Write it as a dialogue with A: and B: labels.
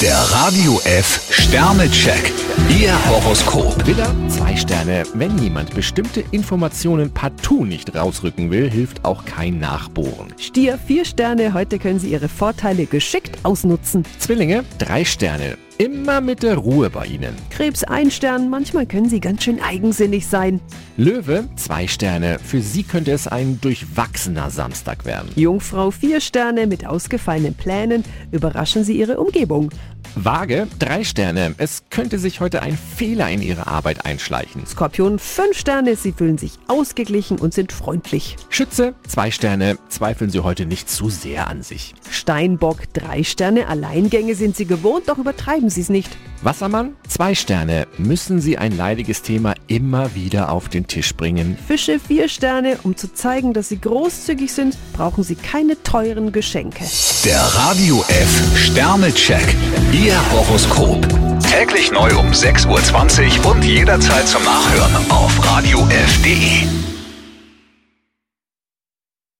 A: Der Radio F Sternecheck. Ihr Horoskop.
B: Widder, zwei Sterne. Wenn jemand bestimmte Informationen partout nicht rausrücken will, hilft auch kein Nachbohren.
C: Stier, vier Sterne, heute können Sie Ihre Vorteile geschickt ausnutzen.
B: Zwillinge, drei Sterne. Immer mit der Ruhe bei Ihnen.
C: Krebs, ein Stern, manchmal können Sie ganz schön eigensinnig sein.
B: Löwe, zwei Sterne. Für Sie könnte es ein durchwachsener Samstag werden.
C: Jungfrau, vier Sterne, mit ausgefallenen Plänen überraschen Sie Ihre Umgebung.
B: Waage, drei Sterne. Es könnte sich heute ein Fehler in Ihre Arbeit einschleichen.
C: Skorpion, fünf Sterne, Sie fühlen sich ausgeglichen und sind freundlich.
B: Schütze, zwei Sterne. Zweifeln Sie heute nicht zu sehr an sich.
C: Steinbock, drei Sterne, Alleingänge sind Sie gewohnt, doch übertreiben Sie es nicht.
B: Wassermann, zwei Sterne. Müssen Sie ein leidiges Thema immer wieder auf den Tisch bringen.
C: Fische, vier Sterne, um zu zeigen, dass Sie großzügig sind, brauchen Sie keine teuren Geschenke.
A: Der Radio F Sternecheck. Ihr Horoskop. Täglich neu um 6.20 Uhr und jederzeit zum Nachhören auf Radio radiof.de.